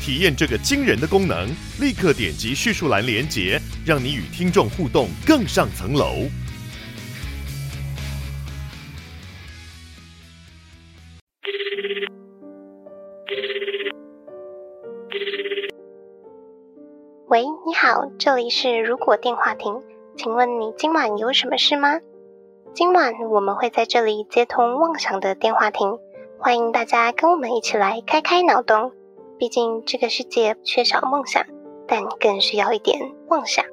体验这个惊人的功能，立刻点击叙述栏连接，让你与听众互动更上层楼。喂，你好，这里是如果电话亭，请问你今晚有什么事吗？今晚我们会在这里接通妄想的电话亭，欢迎大家跟我们一起来开开脑洞。毕竟这个世界缺少梦想，但更需要一点妄想。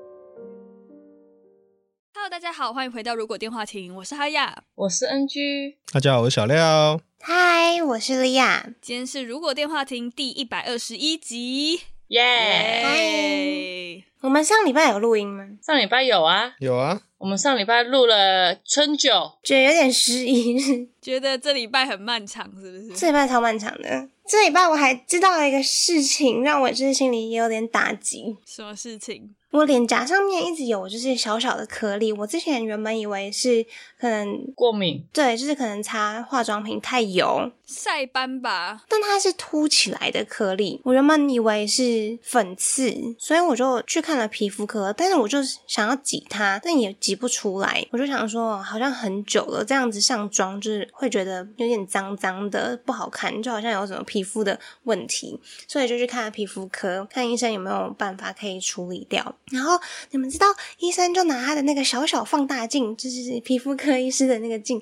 Hello，大家好，欢迎回到《如果电话亭》，我是哈亚。我是 NG，大家好，我是小廖。嗨，我是莉亚。今天是《如果电话亭》第一百二十一集，耶、耶！我们上礼拜有录音吗？上礼拜有啊，有啊，我们上礼拜录了春酒，觉得有点失忆， 觉得这礼拜很漫长，是不是？这礼拜超漫长的。这礼拜我还知道了一个事情，让我就是心里也有点打击。什么事情？我脸颊上面一直有就是小小的颗粒，我之前原本以为是可能过敏，对，就是可能擦化妆品太油，晒斑吧，但它是凸起来的颗粒，我原本以为是粉刺，所以我就去看了皮肤科，但是我就是想要挤它，但也挤不出来。我就想说，好像很久了，这样子上妆就是会觉得有点脏脏的，不好看，就好像有什么皮肤的问题，所以就去看了皮肤科，看医生有没有办法可以处理掉。然后你们知道，医生就拿他的那个小小放大镜，就是皮肤科医师的那个镜，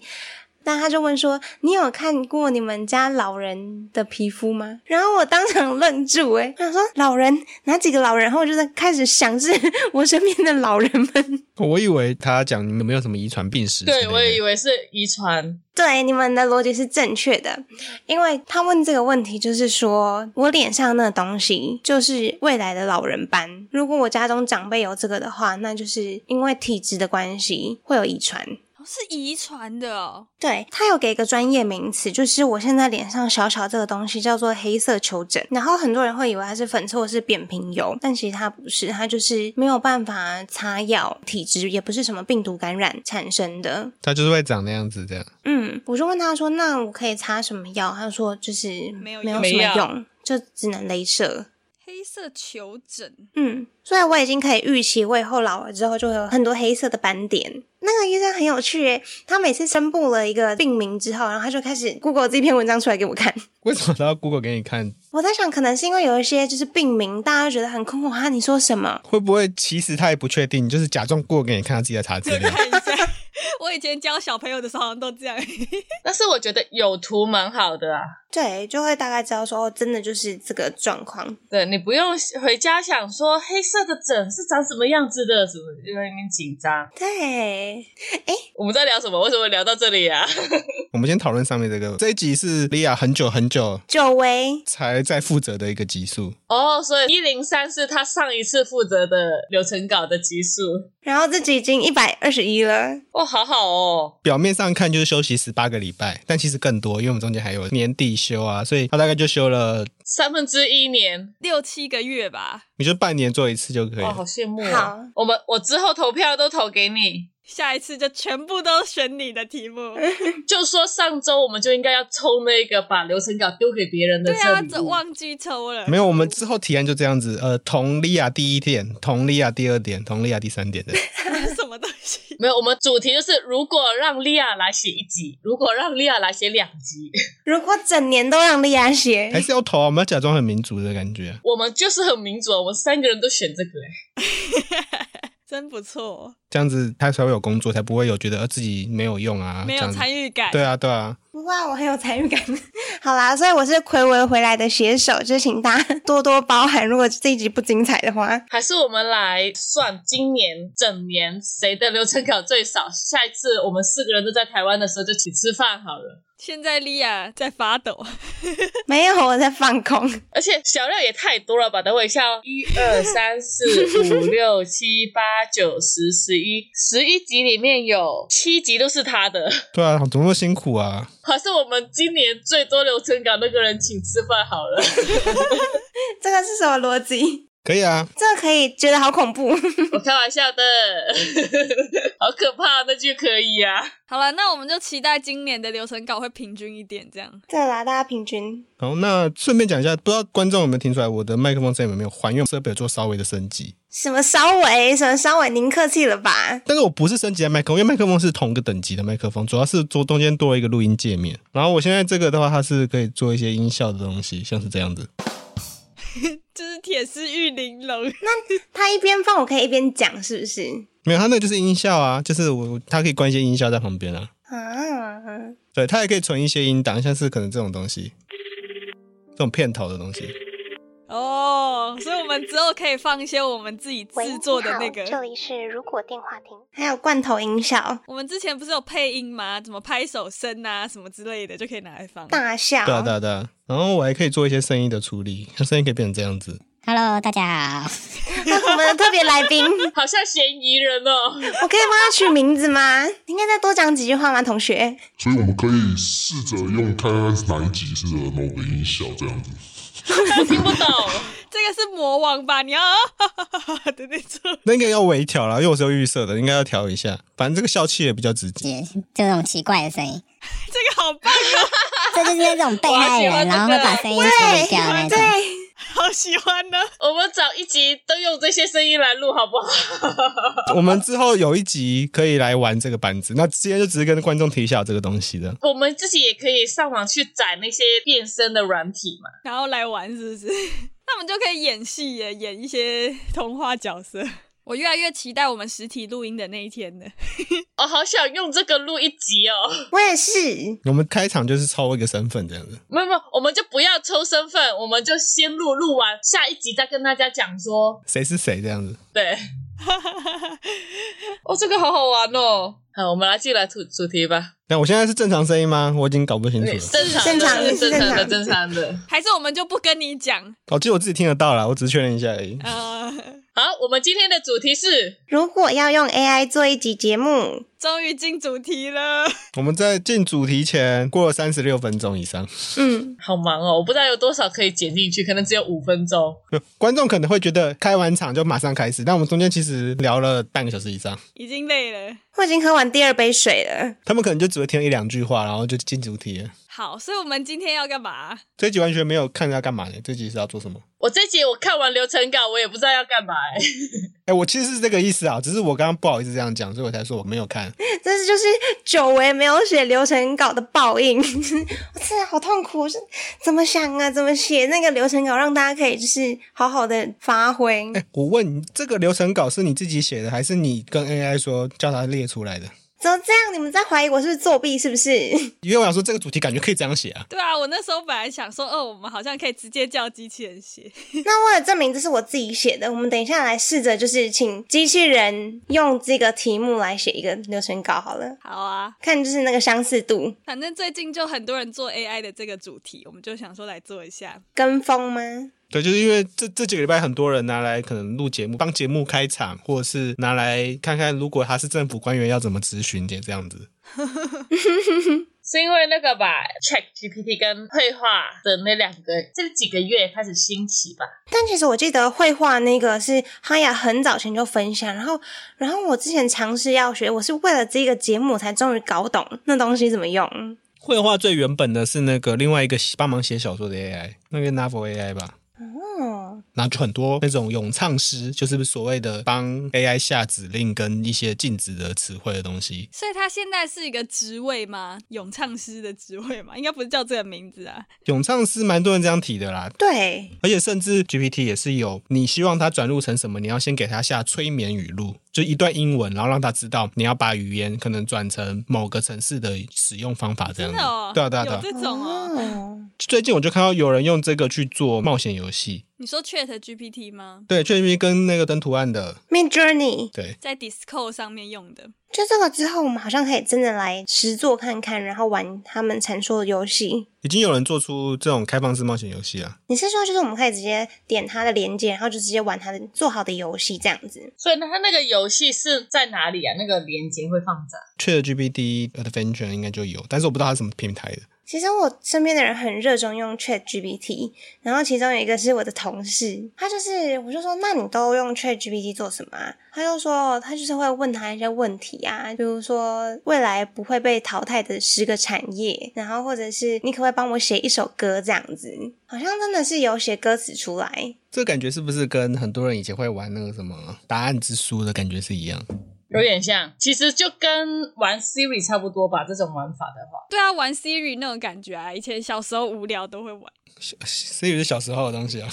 但他就问说：“你有看过你们家老人的皮肤吗？”然后我当场愣住、欸，诶，我想说老人哪几个老人？然后我就在开始想是 我身边的老人们，哦我以为他讲你们没有什么遗传病史之类的，对我也以为是遗传，对，你们的逻辑是正确的，因为他问这个问题就是说我脸上那东西就是未来的老人斑，如果我家中长辈有这个的话，那就是因为体质的关系会有遗传。哦是遗传的哦。对，它有给一个专业名词，就是我现在脸上小小这个东西叫做黑色球疹，然后很多人会以为它是粉刺或是扁平疣，但其实它不是，它就是没有办法擦药，体质也不是什么病毒感染产生的。他就是会长那样子这样。嗯，我就问他说，那我可以擦什么药？他就说就是没有没有用什没么药用，就只能镭射。黑色球疹，嗯，所以我已经可以预期，我以后老了之后就会有很多黑色的斑点。那个医生很有趣耶，他每次宣布了一个病名之后，然后他就开始 Google 这篇文章出来给我看。为什么他要 Google 给你看？我在想，可能是因为有一些就是病名，大家都觉得很困惑啊，你说什么？会不会其实他也不确定，就是假装 Google 给你看他自己在查资就 料？看一下。我以前教小朋友的时候好像都这样，但是我觉得有图蛮好的啊。对，就会大概知道说，哦，真的就是这个状况。对你不用回家想说黑色的疹是长什么样子的，什么就在那边紧张。对，我们在聊什么？为什么聊到这里啊？我们先讨论上面这个。这一集是莉亚很久很久久违，才在负责的一个集数， 哦、所以一零三是他上一次负责的流程稿的集数，然后这集已经一百二十一了，哇、好好哦，表面上看就是休息十八个礼拜，但其实更多，因为我们中间还有年底休啊，所以他大概就休了，三分之一年。六七个月吧。你就半年做一次就可以哇，了好。羡慕、好哦！我们我之后投票都投给你，下一次就全部都选你的题目。就说上周我们就应该要抽那个把流程稿丢给别人的对啊，这这礼物忘记抽了。没有，我们之后提案就这样子，呃，同莉亚第一点，同莉亚第二点，同莉亚第三点的。 什么东西？没有，我们主题就是如果让莉亚来写一集，如果让莉亚来写两集， 如果整年都让莉亚哎还写，是要投啊，我们要假装很民主的感觉。我们就是很民主，我们三个人都选这个、欸。真不错，这样子他才会有工作，才不会有觉得呃自己没有用啊，没这有样子参与感。对啊，对啊，不会啊，我很有参与感。 好啦，所以我是暌违回来的写手，就请大家多多包涵。如果这一集不精彩的话， 还是我们来算今年整年谁的流程稿最少？下一次我们四个人都在台湾的时候就请吃饭好了。现在莉亚在发抖， 没有我在放空。而且小料也太多了吧？等我一下哦，一二三四五六七八九十十一，十一集里面有七集都是他的，对啊，怎么那么辛苦啊？还是我们今年最多流程稿那个人请吃饭好了。这个是什么逻辑？可以啊，这个可以觉得好恐怖。 我开玩笑的， 好可怕，那句可以啊。好了，那我们就期待今年的流程稿会平均一点，这样。再啦，大家平均。好，那顺便讲一下，不知道观众有没有听出来，我的麦克风声音有没有还原设备有做稍微的升级？什么稍微，什么稍微，您客气了吧？但是我不是升级的麦克风，因为麦克风是同个等级的麦克风，主要是做中间多了一个录音界面。然后我现在这个的话，它是可以做一些音效的东西，像是这样子。就是铁丝玉玲珑， 他一边放，我可以一边讲，是不是？没有，它那个就是音效啊，就是我它可以关一些音效在旁边啊。啊，对，它也可以存一些音档，像是可能这种东西，这种片头的东西。哦，所以我们之后可以放一些我们自己制作的那喂你好这个。里是如果电话亭。还有罐头音效、我们之前不是有配音吗？怎么拍手声啊，什么之类的，就可以拿来放。嗯大笑，对啊，对啊，对啊。然后我还可以做一些声音的处理，像声音可以变成这样子。 Hello，大家好。我们的特别来宾， 我好像嫌疑人哦。可以帮他取名字吗？应该再多讲几句话吗，同学？所以我们可以试着用看看是哪一集适合某个音效这样子。我听不懂，这个是魔王吧？你要 的那种。那应该要微调啦，因为我是有预设的，应该要调一下。反正这个笑气也比较直接。姐，这种奇怪的声音，这个好棒，啊这就是那种被害我好喜欢这人，个然后会把声音处理掉的那种。对， 好喜欢啊呢、我们找一集都用这些声音来录好不好？ 我们之后有一集可以来玩这个班子，那今天就只是跟观众提一下有这个东西的。我们自己也可以上网去载那些变声的软体嘛。然后来玩是不 是？那我们就可以演戏耶，演一些童话角色。我越来越期待我们实体录音的那一天了。我哦好想用这个录一集哦。我也是。我们开场就是抽一个身份这样子，没有没有，我们就不要抽身份，我们就先录，录完下一集再跟大家讲说。谁是谁这样子。对， 哦，这个好好玩哦。好，我们来进来主主题吧。那我现在是正常声音吗？我已经搞不清楚了。正常正常的，正常的，正常正常的。还是我们就不跟你讲？我哦记得我自己听得到啦，我只是确认一下而已。呃， 好，我们今天的主题是如果要用 AI 做一集节目，终于进主题了。 我们在进主题前过了三十六分钟以上，嗯，好忙哦，我不知道有多少可以剪进去，可能只有五分钟。 观众可能会觉得开完场就马上开始，但我们中间其实聊了半个小时以上，已经累了。我已经喝完第二杯水了。他们可能就只会听一两句话，然后就进主题了。好，所以我们今天要干嘛？这一集完全没有看要干嘛呢？这一集是要做什么？我这集我看完流程稿，我也不知道要干嘛、欸。 哎、我其实是这个意思啊，只是我刚刚不好意思这样讲，所以我才说我没有看。这是就是久违没有写流程稿的报应， 我真的好痛苦，我是怎么想啊，怎么写那个流程稿，让大家可以就是好好的 发挥。哎、我问你，这个流程稿是你自己写的，还是你跟 AI 说叫他列出来的？怎么这样？你们在怀疑我是不是作弊是不是？ 因为我想说这个主题感觉可以这样写啊。对啊，我那时候本来想说，哦，我们好像可以直接叫机器人写。 那为了证明这是我自己写的，我们等一下来试着就是请机器人用这个题目来写一个流程稿好了，好啊，看就是那个相似度反正最近就很多人做 AI 的这个主题，我们就想说来做一下。跟风吗？对，就是因为这这几个礼拜很多人拿来可能录节目，帮节目开场，或者是拿来看看如果他是政府官员要怎么咨询这样子。是因为那个吧，Chat GPT 跟绘画的那两个这几个月开始兴起吧。但其实我记得绘画那个是哈雅很早前就分享，然后然后我之前尝试要学，我是为了这个节目才终于搞懂那东西怎么用。绘画最原本的是那个另外一个帮忙写小说的 AI，那个 Novel AI 吧。哦，然后就很多那种咏唱师，就是所谓的帮 AI 下指令跟一些禁止的词汇的东西。所以他现在是一个职位吗？咏唱师的职位吗？应该不是叫这个名字啊。咏唱师蛮多人这样提的啦，对，而且甚至 GPT 也是有，你希望它转录成什么，你要先给它下催眠语录。就一段英文，然后让他知道你要把语言可能转成某个城市的使用方法这真样子。的哦，对啊对啊对啊有。这种嗯哦。哦，最近我就看到有人用这个去做冒险游戏，你说 Chat GPT 吗？对，确实跟那个登图案的， Mid Journey，对，在 Discord 上面用的，就这个之后，我们好像可以真的来实做看看，然后玩他们阐述的游戏。已经有人做出这种开放式冒险游戏啊。你是说，就是我们可以直接点它的连接，然后就直接玩它的做好的游戏这样子？所以呢，它那个游戏是在哪里啊？那个连接会放在 ChatGPT Adventure 应该就有，但是我不知道它是什么平台的。其实我身边的人很热衷用 Chat GPT，然后其中有一个是我的同事，他就是我就说，那你都用 Chat GPT 做什么、啊？他就说，他就是会问他一些问题啊，比如说未来不会被淘汰的十个产业，然后或者是你可不可以帮我写一首歌这样子？好像真的是有写歌词出来，这感觉是不是跟很多人以前会玩那个什么答案之书的感觉是一样？有点像，其实就跟玩 Siri 差不多吧。这种玩法的话，对啊，玩 Siri 那种感觉啊，以前小时候无聊都会玩。所以是小时候的东西啊。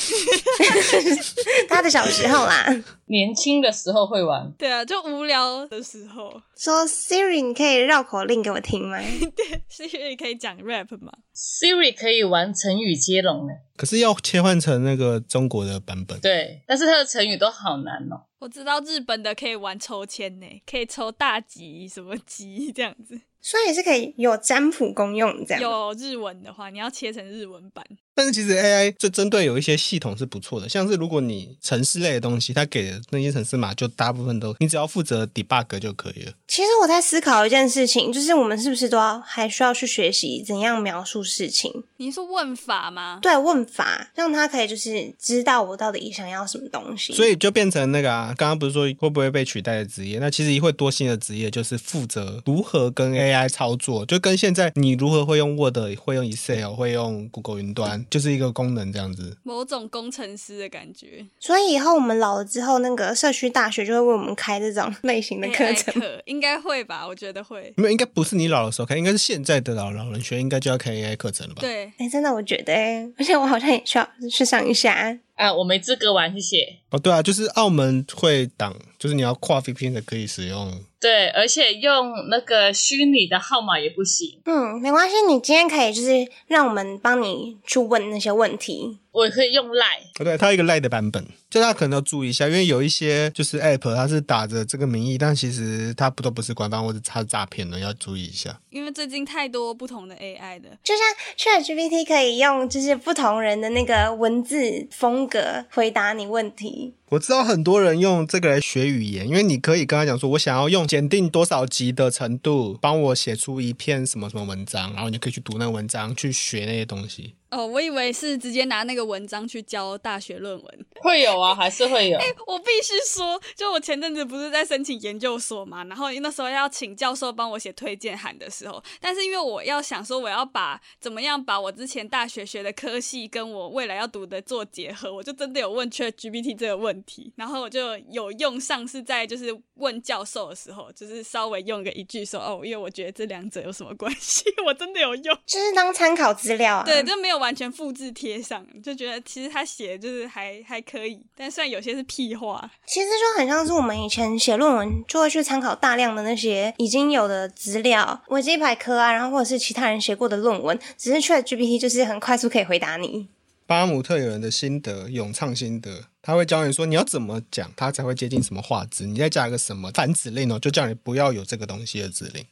他的小时候啦，年轻的时候会玩，对啊，就无聊的时候 说 Siri，你可以绕口令给我听吗？ ，Siri 可以讲 rap 嘛？ Siri 可以玩成语接龙欸呢。可是要切换成那个中国的版本，对，但是它的成语都好难哦。我知道日本的可以玩抽签呢，可以抽大吉什么吉这样子。所以是可以有占卜功用这样。有日文的话，你要切成日文版。但是其实 AI 这针对有一些系统是不错的，像是如果你城市类的东西，它给的那些城市码就大部分都你只要负责 debug 就可以了。其实我在思考一件事情，就是我们是不是都要还需要去学习怎样描述事情？你说问法吗？对，问法让他可以就是知道我到底想要什么东西。所以就变成那个啊，刚刚不是说会不会被取代的职业？那其实会多新的职业，就是负责如何跟 AI 操作，就跟现在你如何会用 Word、会用 Excel、会用 Google 云端，就是一个功能这样子。某种工程师的感觉。所以以后我们老了之后，那个社区大学就会为我们开这种类型的课 AI 程。课应该会吧？我觉得会。没有，应该不是你老的时候开，应该是现在的老老人学应该就要开 AI 课程了吧？，对，哎、真的，我觉得、欸，而且我好像也需要去上一下。啊，我没资格玩，谢谢。哦，对啊，就是澳门会挡，就是你要跨 VPN 才可以使用。哦对，而且用那个虚拟的号码也不行，嗯，没关系，你今天可以就是让我们帮你去问那些问题。我可以用赖。哦，对，它有一个 Lite 的版本，就大家可能要注意一下，因为有一些就是 App 它是打着这个名义，但其实它不都不是官方或者它是诈骗的，要注意一下。因为最近太多不同的 AI 了。就像 ChatGPT 可以用就是不同人的那个文字风格回答你问题，我知道很多人用这个来学语言，因为你可以跟他讲说，我想要用检定多少级的程度，帮我写出一篇什么什么文章，然后你就可以去读那个文章，去学那些东西。哦，我以为是直接拿那个文章去交大学论文。会有啊，还是会有。我必须说，就我前阵子不是在申请研究所嘛，然后那时候要请教授帮我写推荐函的时候，但是因为我要想说我要把怎么样把我之前大学学的科系跟我未来要读的做结合，我就真的有问 Chat GPT 这个问题，然后我就有用上是在就是问教授的时候，就是稍微用个一句说哦，因为我觉得这两者有什么关系， 我真的有用。就是当参考资料啊。对，就没有完全复制贴上，就觉得其实他写的就是还还可以，但虽然有些是屁话，其实就很像是我们以前写论文就会去参考大量的那些已经有的资料，维基百科啊，然后或者是其他人写过的论文，只是 ChatGPT 就是很快速可以回答你。巴姆特有人的心得，咏唱心得，他会教你说你要怎么讲，他才会接近什么画质，你再加一个什么反指令哦，就叫你不要有这个东西的指令。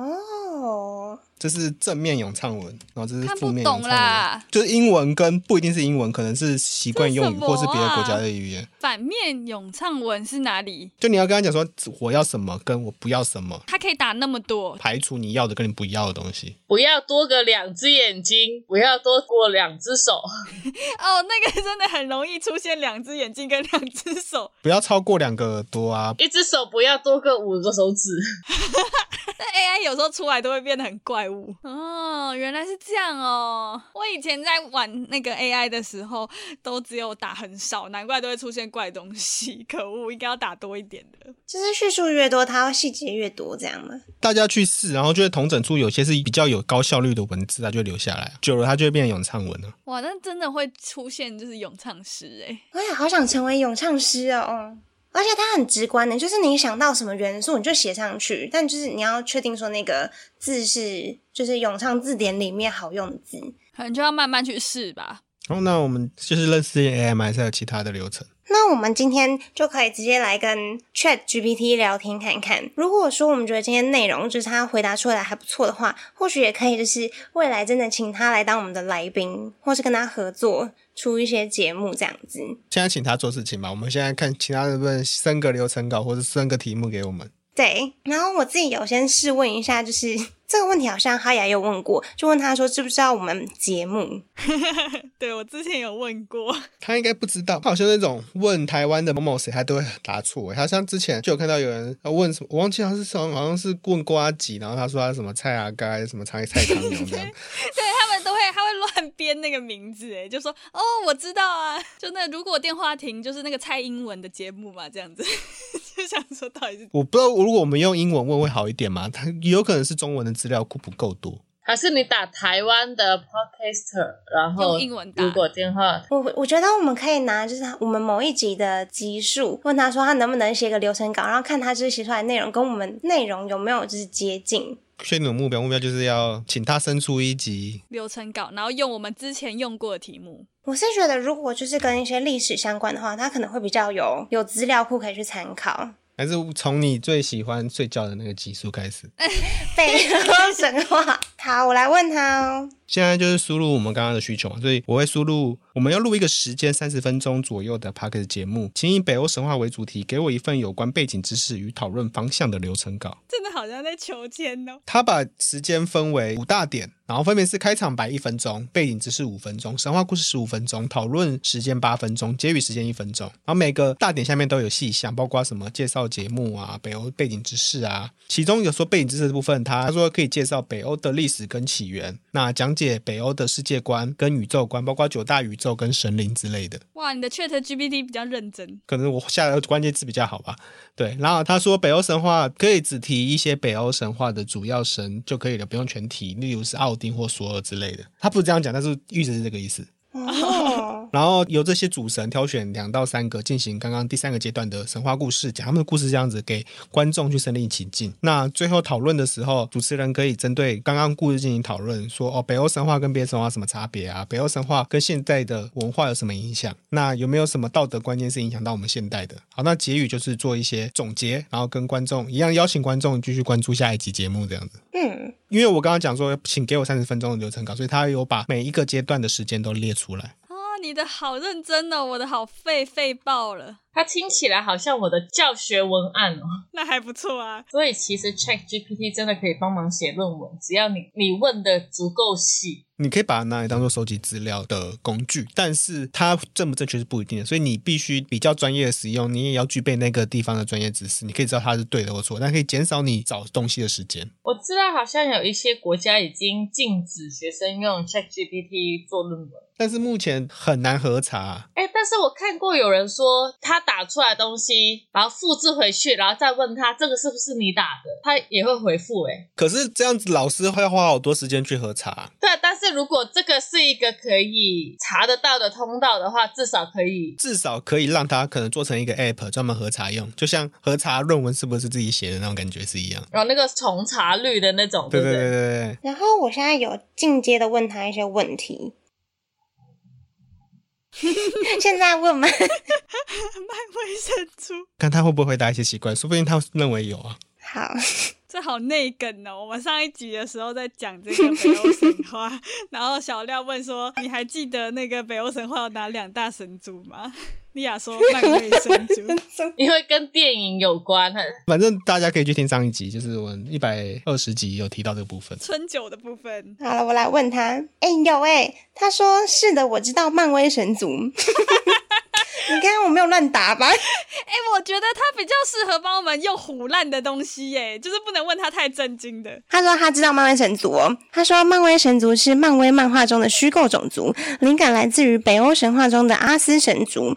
哦，这是正面咏唱文，然后这是看不负面咏懂唱文啦，就是英文跟不一定是英文，可能是习惯用语这什么或是别的国家啊的语言。反面咏唱文是哪里？就你要跟他讲说我要什么，跟我不要什么，他可以打那么多，排除你要的跟你不要的东西。不要多个两只眼睛，不要多过两只手。 哦，那个真的很容易出现两只眼睛跟两只 手。不要超过两个耳朵啊！一只手不要多个五个手指，那 AI 有时候出来都会变得很怪物哦，原来是这样哦。我以前在玩那个 AI 的时候，都只有打很少，难怪都会出现怪东西。 可恶，应该要打多一点的。就是叙述越多，它会细节越多，这样吗？大家去试，然后就会统整出有些是比较有高效率的文字啊，就会留下来啊。久了它就会变成咏唱文啊了。哇，那真的会出现就是咏唱师哎、我也好想成为咏唱师哦。而且它很直观的，就是你想到什么元素你就写上去，但就是你要确定说那个字是就是永昌字典里面好用的字。可能就要慢慢去试吧。 然哦后那我们就是认识 AI 吗？还是还有其他的流程？那我们今天就可以直接来跟 Chat GPT 聊天看看。如果说我们觉得今天内容就是他回答出来还不错的话，或许也可以就是未来真的请他来当我们的来宾，或是跟他合作出一些节目这样子。现在请他做事情吧。我们现在看请他能不能生个流程稿，或者生个题目给我们。对，然后我自己有先试问一下，就是 这个问题好像哈雅也有问过，就问他说知不知道我们节目？对我之前有问过，他应该不知道，他好像那种问台湾的某某谁，他都会答错欸。他像之前就有看到有人呃问什么，我忘记他是什么，好像是问瓜吉，然后他说他什么蔡阿嘎，什么蔡蔡长牛这样。对他们都会，他会乱编那个名字，哎，就说哦，我知道啊，就那如果电话亭就是那个蔡英文的节目嘛，这样子， 就想说到底是我不知道如果我们用英文问会好一点吗？他也 有可能是中文的资料库不够多。还是你打台湾的 podcaster，然后用英文打如果电话我我觉得我们可以拿就是他我们某一集的集数，问他说他能不能写个流程稿，然后看他就是写出来的内容跟我们内容有没有就是接近。确定的目标，目标就是要请他生出一集。流程稿，然后用我们之前用过的题目。我是觉得，如果就是跟一些历史相关的话，它可能会比较有有资料库可以去参考。还是从你最喜欢睡觉的那个集数开始。被说神话。好，我来问他哦。现在就是输入我们刚刚的需求嘛，所以我会输入我们要录一个时间三十分钟左右的 p a c k e 节目，请以北欧神话为主题，给我一份有关背景知识与讨论方向的流程稿。真的好像在求签哦。他把时间分为五大点，然后分别是开场白一分钟，背景知识五分钟，神话故事十五分钟，讨论时间八分钟，结语时间一分钟。然后每个大点下面都有细项，包括什么介绍节目啊、北欧背景知识啊。其中有说背景知识的部分，他说可以介绍北欧的历史跟起源，那讲解北欧的世界观跟宇宙观，包括九大宇宙跟神灵之类的。哇，你的 Chat GPT 比较认真，可能我下的关键字比较好吧。对，然后他说北欧神话可以只提一些北欧神话的主要神就可以了，不用全提，例如是奥丁或索尔之类的。他不是这样讲，但是意思是这个意思。 哦，然后由这些主神挑选两到三个进行刚刚第三个阶段的神话故事，讲他们的故事，这样子给观众去身临其境。那最后讨论的时候，主持人可以针对刚刚故事进行讨论，说哦，北欧神话跟别的神话有什么差别啊？北欧神话跟现代的文化有什么影响？那有没有什么道德观念是影响到我们现代的？好，那结语就是做一些总结，然后跟观众一样邀请观众继续关注下一集节目这样子。嗯，因为我刚刚讲说，请给我三十分钟的流程稿，所以他有把每一个阶段的时间都列出来。哦，你的好认真哦，我的好废废爆了，它听起来好像我的教学文案哦。那还不错啊。 所以其实 Chat GPT 真的可以帮忙写论文，只要你你问的足够细。你可以把它拿来当做收集资料的工具，但是它正不正确是不一定的，所以你必须比较专业的使用，你也要具备那个地方的专业知识，你可以知道它是对的或错，但可以减少你找东西的时间。我知道好像有一些国家已经禁止学生用 Chat GPT 做论文。但是目前很难核查，哎，但是我看过有人说他打出来的东西，然后复制回去，然后再问他这个是不是你打的，他也会回复。哎，可是这样子老师会花好多时间去核查，对，啊但是如果这个是一个可以查得到的通道的话，至少可以。至少可以让它可能做成一个 app 专门核查用，就像核查论文是不是自己写的那种感觉是一样。然后那个重查率的那种，对不对对对对，然后我现在有进阶的问他一些问题。 现在问卖吗？卫生猪，看他会不会回答一些奇怪，说不定他认为有啊。好，这好内梗哦。我们上一集的时候在讲这个北欧神话， 然后小廖问说：“你还记得那个北欧神话有哪两大神族吗？”莉亚说：“卖卫生猪。”因为跟电影有关，很反正大家可以去听上一集，就是我们一百二十集有提到这个部分。春酒的部分，好了，我来问他。哎、有哎、他说是的，我知道漫威神族。 你看我没有乱答吧？哎、我觉得他比较适合帮我们用胡烂的东西耶，就是不能问他太震惊的。他说他知道漫威神族哦。他说漫威神族是漫威漫画中的虚构种族，灵感来自于北欧神话中的阿斯神族。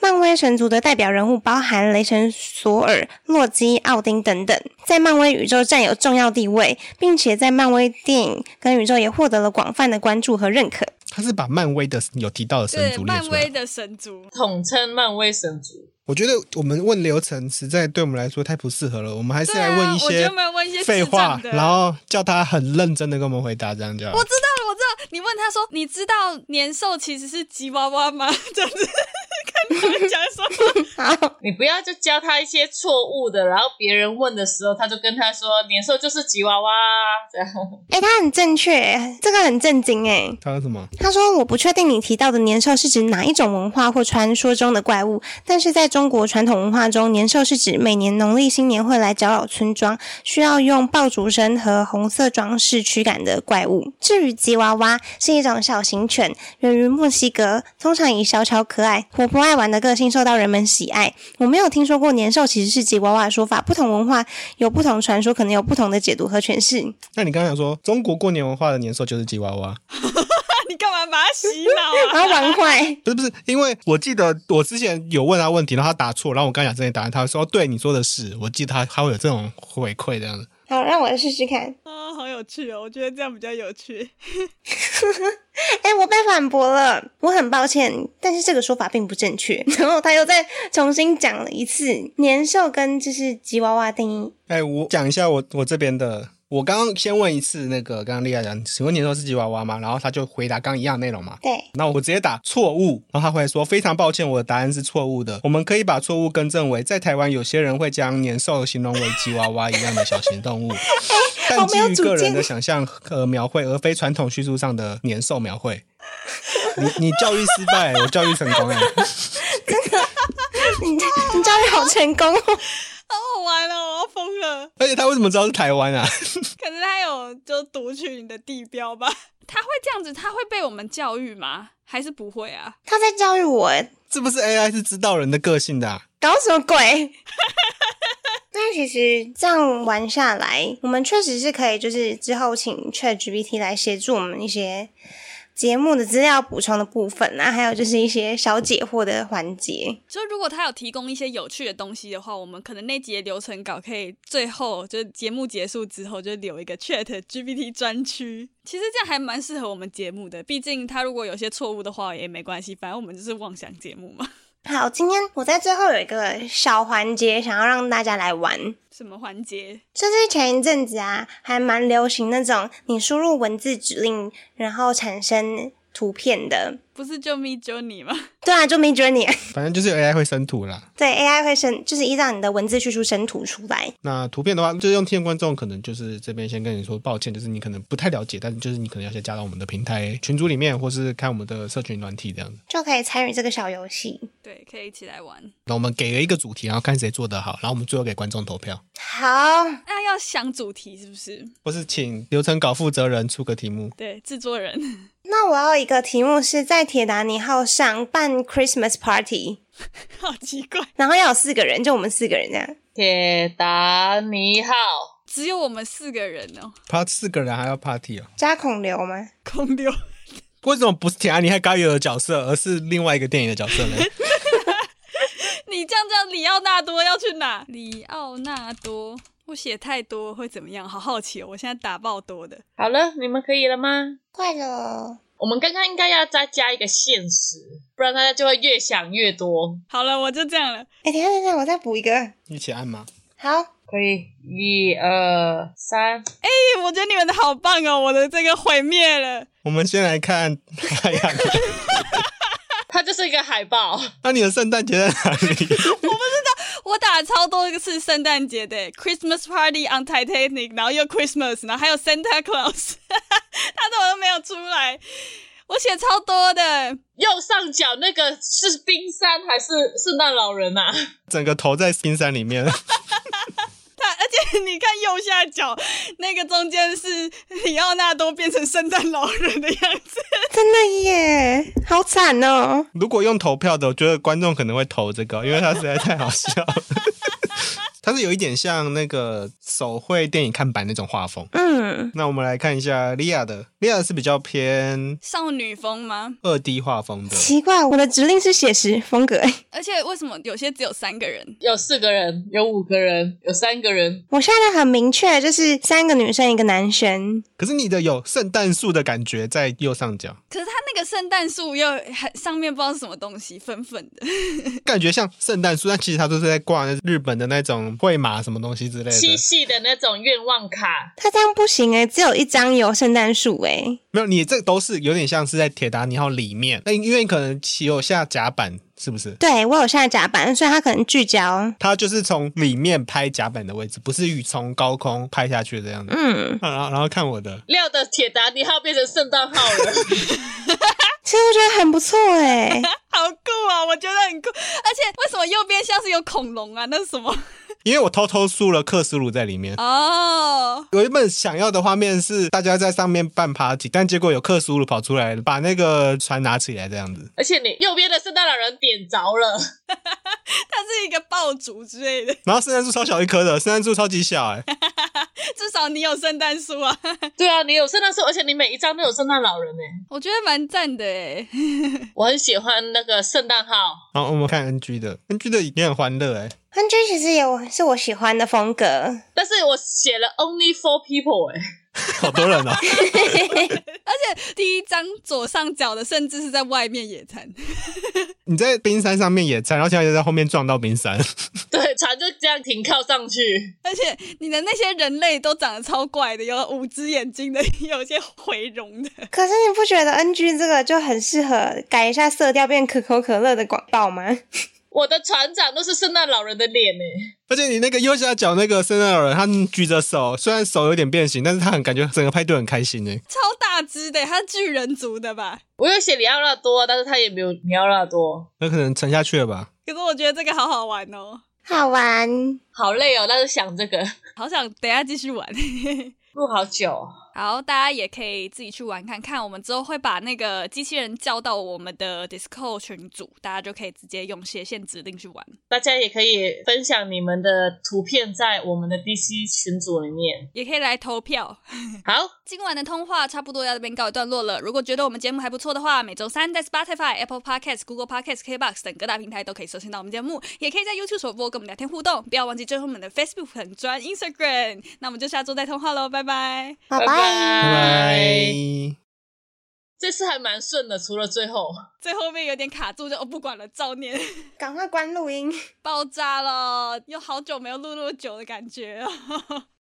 漫威神族的代表人物包含雷神索尔、洛基、奥丁等等，在漫威宇宙占有重要地位，并且在漫威电影跟宇宙也获得了广泛的关注和认可。他是把漫威的有提到的神对族列漫出威来。的神族，啊统称漫威神族。我觉得我们问流程实在对我们来说太不适合了，我们还是对啊来问一我觉些得我们问一些废话智障，的然后叫他很认真的跟我们回答，这样就好我。知道了，我知道。你问他说，你知道年兽其实是吉娃娃吗？ 这样子，看他们讲什么。你不要就教他一些错误的，然后别人问的时候，他就跟他说年兽就是吉娃娃啊这样。哎、他很正确，这个很震惊哎。他说什么？他说：“我不确定你提到的年兽是指哪一种文化或传说中的怪物，但是在中国传统文化中，年兽是指每年农历新年会来搅扰村庄，需要用爆竹声和红色装饰驱赶的怪物。至于吉娃娃，是一种小型犬，源于墨西哥，通常以小巧可爱、活泼爱玩的个性受到人们喜爱。我没有听说过年兽其实是吉娃娃的说法，不同文化有不同传说，可能有不同的解读和诠释。那你刚才说中国过年文化的年兽就是吉娃娃， 你干嘛把他洗脑然啊？后玩坏，不是不是？因为我记得我之前有问他问题，然后他答错，然后我刚讲这些答案，他会说哦对你说的是，我记得他他会有这种回馈这样子。 好，让我试试看。”啊，好有趣哦！我觉得这样比较有趣。哎、我被反驳了，我很抱歉，但是这个说法并不正确。 然后他又再重新讲了一次年兽跟就是吉娃娃定义。哎，我讲一下我我这边的，我刚刚先问一次那个刚刚丽亚讲，请问年兽是吉娃娃吗？然后他就回答刚刚一样的内容嘛。对，那我直接打错误，然后他会说非常抱歉，我的答案是错误的。我们可以把错误更正为，在台湾有些人会将年兽形容为吉娃娃一样的小型动物，但基于个人的想象和描绘，而非传统叙述上的年兽描绘。你你教育失败，我教育成功哎！你你教育好成功哦，好好玩哦，我要疯了。 而且他为什么知道是台湾啊？ 可能他有就读取你的地标吧？他会这样子，他会被我们教育吗？还是不会啊？他在教育我耶，是不是 AI 是知道人的个性的、啊？搞什么鬼？ 那其实这样玩下来，我们确实是可以，就是之后请 ChatGPT 来协助我们一些节目的资料补充的部分啊，还有就是一些小解惑的环节。就如果他有提供一些有趣的东西的话，我们可能那集的流程稿可以最后就是节目结束之后就留一个 Chat GPT 专区。其实这样还蛮适合我们节目的，毕竟他如果有些错误的话也没关系，反正我们就是妄想节目嘛。 好，今天我在最后有一个小环节，想要让大家来玩。什么环节？甚至前一阵子啊，还蛮流行那种你输入文字指令，然后产生图片的。不是就 me 就你吗？对啊，就 Mid Journey，反正就是 AI 会生图啦。对 AI 会生，就是依照你的文字叙述生图出来。那图片的话，就是用听的观众可能就是这边先跟你说抱歉，就是你可能不太了解，但是就是你可能要先加到我们的平台群组里面，或是看我们的社群软体这样子。就可以参与这个小游戏。对，可以一起来玩。那我们给了一个主题，然后看谁做得好，然后我们最后给观众投票，好，那要想主题是不是？或是请流程稿负责人出个题目。对，制作人那我要一个题目是在铁达尼号上办 Christmas party，好奇怪，然后要有四个人，就我们四个人这样。铁达尼号，只有我们四个人哦，他四个人还要 party 哦？加孔刘吗？空流。为什么不是铁安妮和高友的角色，而是另外一个电影的角色呢？ 你这样叫里奥纳多要去哪？里奥纳多，我写太多会怎么样？好好奇哦，我现在打爆多的。好了，你们可以了吗？快了，哦我们刚刚应该要再加一个现实，不然大家就会越想越多。好了，我就这样了。哎、等一下等一下，我再补一个。一起按吗？好，可以，一二三，哎，我觉得你们的好棒哦，我的这个毁灭了。我们先来看，哎呀，它就是一个海报。那你的圣诞节在哪里？ 我打了超多个是圣诞节的 Christmas Party on Titanic，然后又 Christmas，然后还有 Santa Claus，他 怎么都没有出来？我写超多的，右上角那个是冰山还是圣诞老人啊？整个头在冰山里面，他而且你看右下角那个中间是里奥纳多变成圣诞老人的样子。真的耶，好惨哦。如果用投票的，我觉得观众可能会投这个，因为它实在太好笑了。它是有一点像那个手绘电影看板那种画风。嗯，那我们来看一下莉亚的，莉亚是比较偏少女风吗？二 D 画风的，奇怪，我的指令是写实风格、欸，而且为什么有些只有三个人？有四个人，有五个人，有三个人，我现在很明确，就是三个女生一个男生，可是你的有圣诞树的感觉在右上角，可是它那个圣诞树又很上面不知道是什么东西，粉粉的。感觉像圣诞树，但其实它都是在挂那日本的那种绘马什么东西之类七的。夕的那种愿望卡，他这样不行哎、只有一张有圣诞树哎，没有，你这都是有点像是在铁达尼号里面，那因为可能其有下甲板，是不是？对我有下甲板，所以他可能聚焦，它就是从里面拍甲板的位置，不是与从高空拍下去的样子。嗯，啊然后然后看我的，廖的铁达尼号变成圣诞号了。其实我觉得很不错哎、 好酷啊！我觉得很酷，而且为什么右边像是有恐龙啊？那是什么？因为我偷偷输了克苏鲁在里面。哦，我原本想要的画面是大家在上面办 party，但结果有克苏鲁跑出来，把那个船拿起来这样子。而且你右边的圣诞老人点着了， 它是一个爆竹之类的，然后圣诞树超小一棵的，圣诞树超级小哎、至少你有圣诞树啊，对啊，你有圣诞树，而且你每一张都有圣诞老人呢。我觉得蛮赞的欸诶。我很喜欢那个圣诞号，然后我们看 NG 的，NG 的也很欢乐哎、安居其实也有是我喜欢的风格，但是我写了 only for people 哎、好多人哦、而且 第一张左上角的甚至是在外面野餐，你在冰山上面野餐，然后现在就在后面撞到冰山， 对，船就这样停靠上去，而且你的那些人类都长得超怪的，有五只眼睛的， 有一些回笼的。可是你不觉得 NG 这个就很适合改一下色调变可口可乐的广告吗？我的船长都是圣诞老人的脸哎、而且你那个右下角那个圣诞老人，他举着手，虽然手有点变形，但是他很感觉整个派对很开心哎。超大只的，它是巨人族的吧？我有写里奥纳多，但是他也没有里奥纳多，那可能沉下去了吧？可是我觉得这个好好玩哦，好玩，好累哦，但是想这个好想等一下继续玩。 录好久哦，好，大家也可以自己去玩看看。我们之后会把那个机器人叫到我们的 Discord 群组，大家就可以直接用斜线指令去玩。大家也可以分享你们的图片在我们的 DC 群组里面。也可以来投票。好，今晚的通话差不多要这边告一段落了。如果觉得我们节目还不错的话，每周三在 Spotify、Apple Podcast、Google Podcast、KBox 等各大平台都可以收听到我们节目，也可以在 YouTube 首播跟我们聊天互动。不要忘记追踪我们的 Facebook 粉专、Instagram。那我们就下周再通话喽，拜拜。拜拜拜拜。这次还蛮顺的，除了最后。最后面有点卡住，就、哦、不管了，照 念赶快关录音。爆炸了，有好久没有录那么久的感觉哦。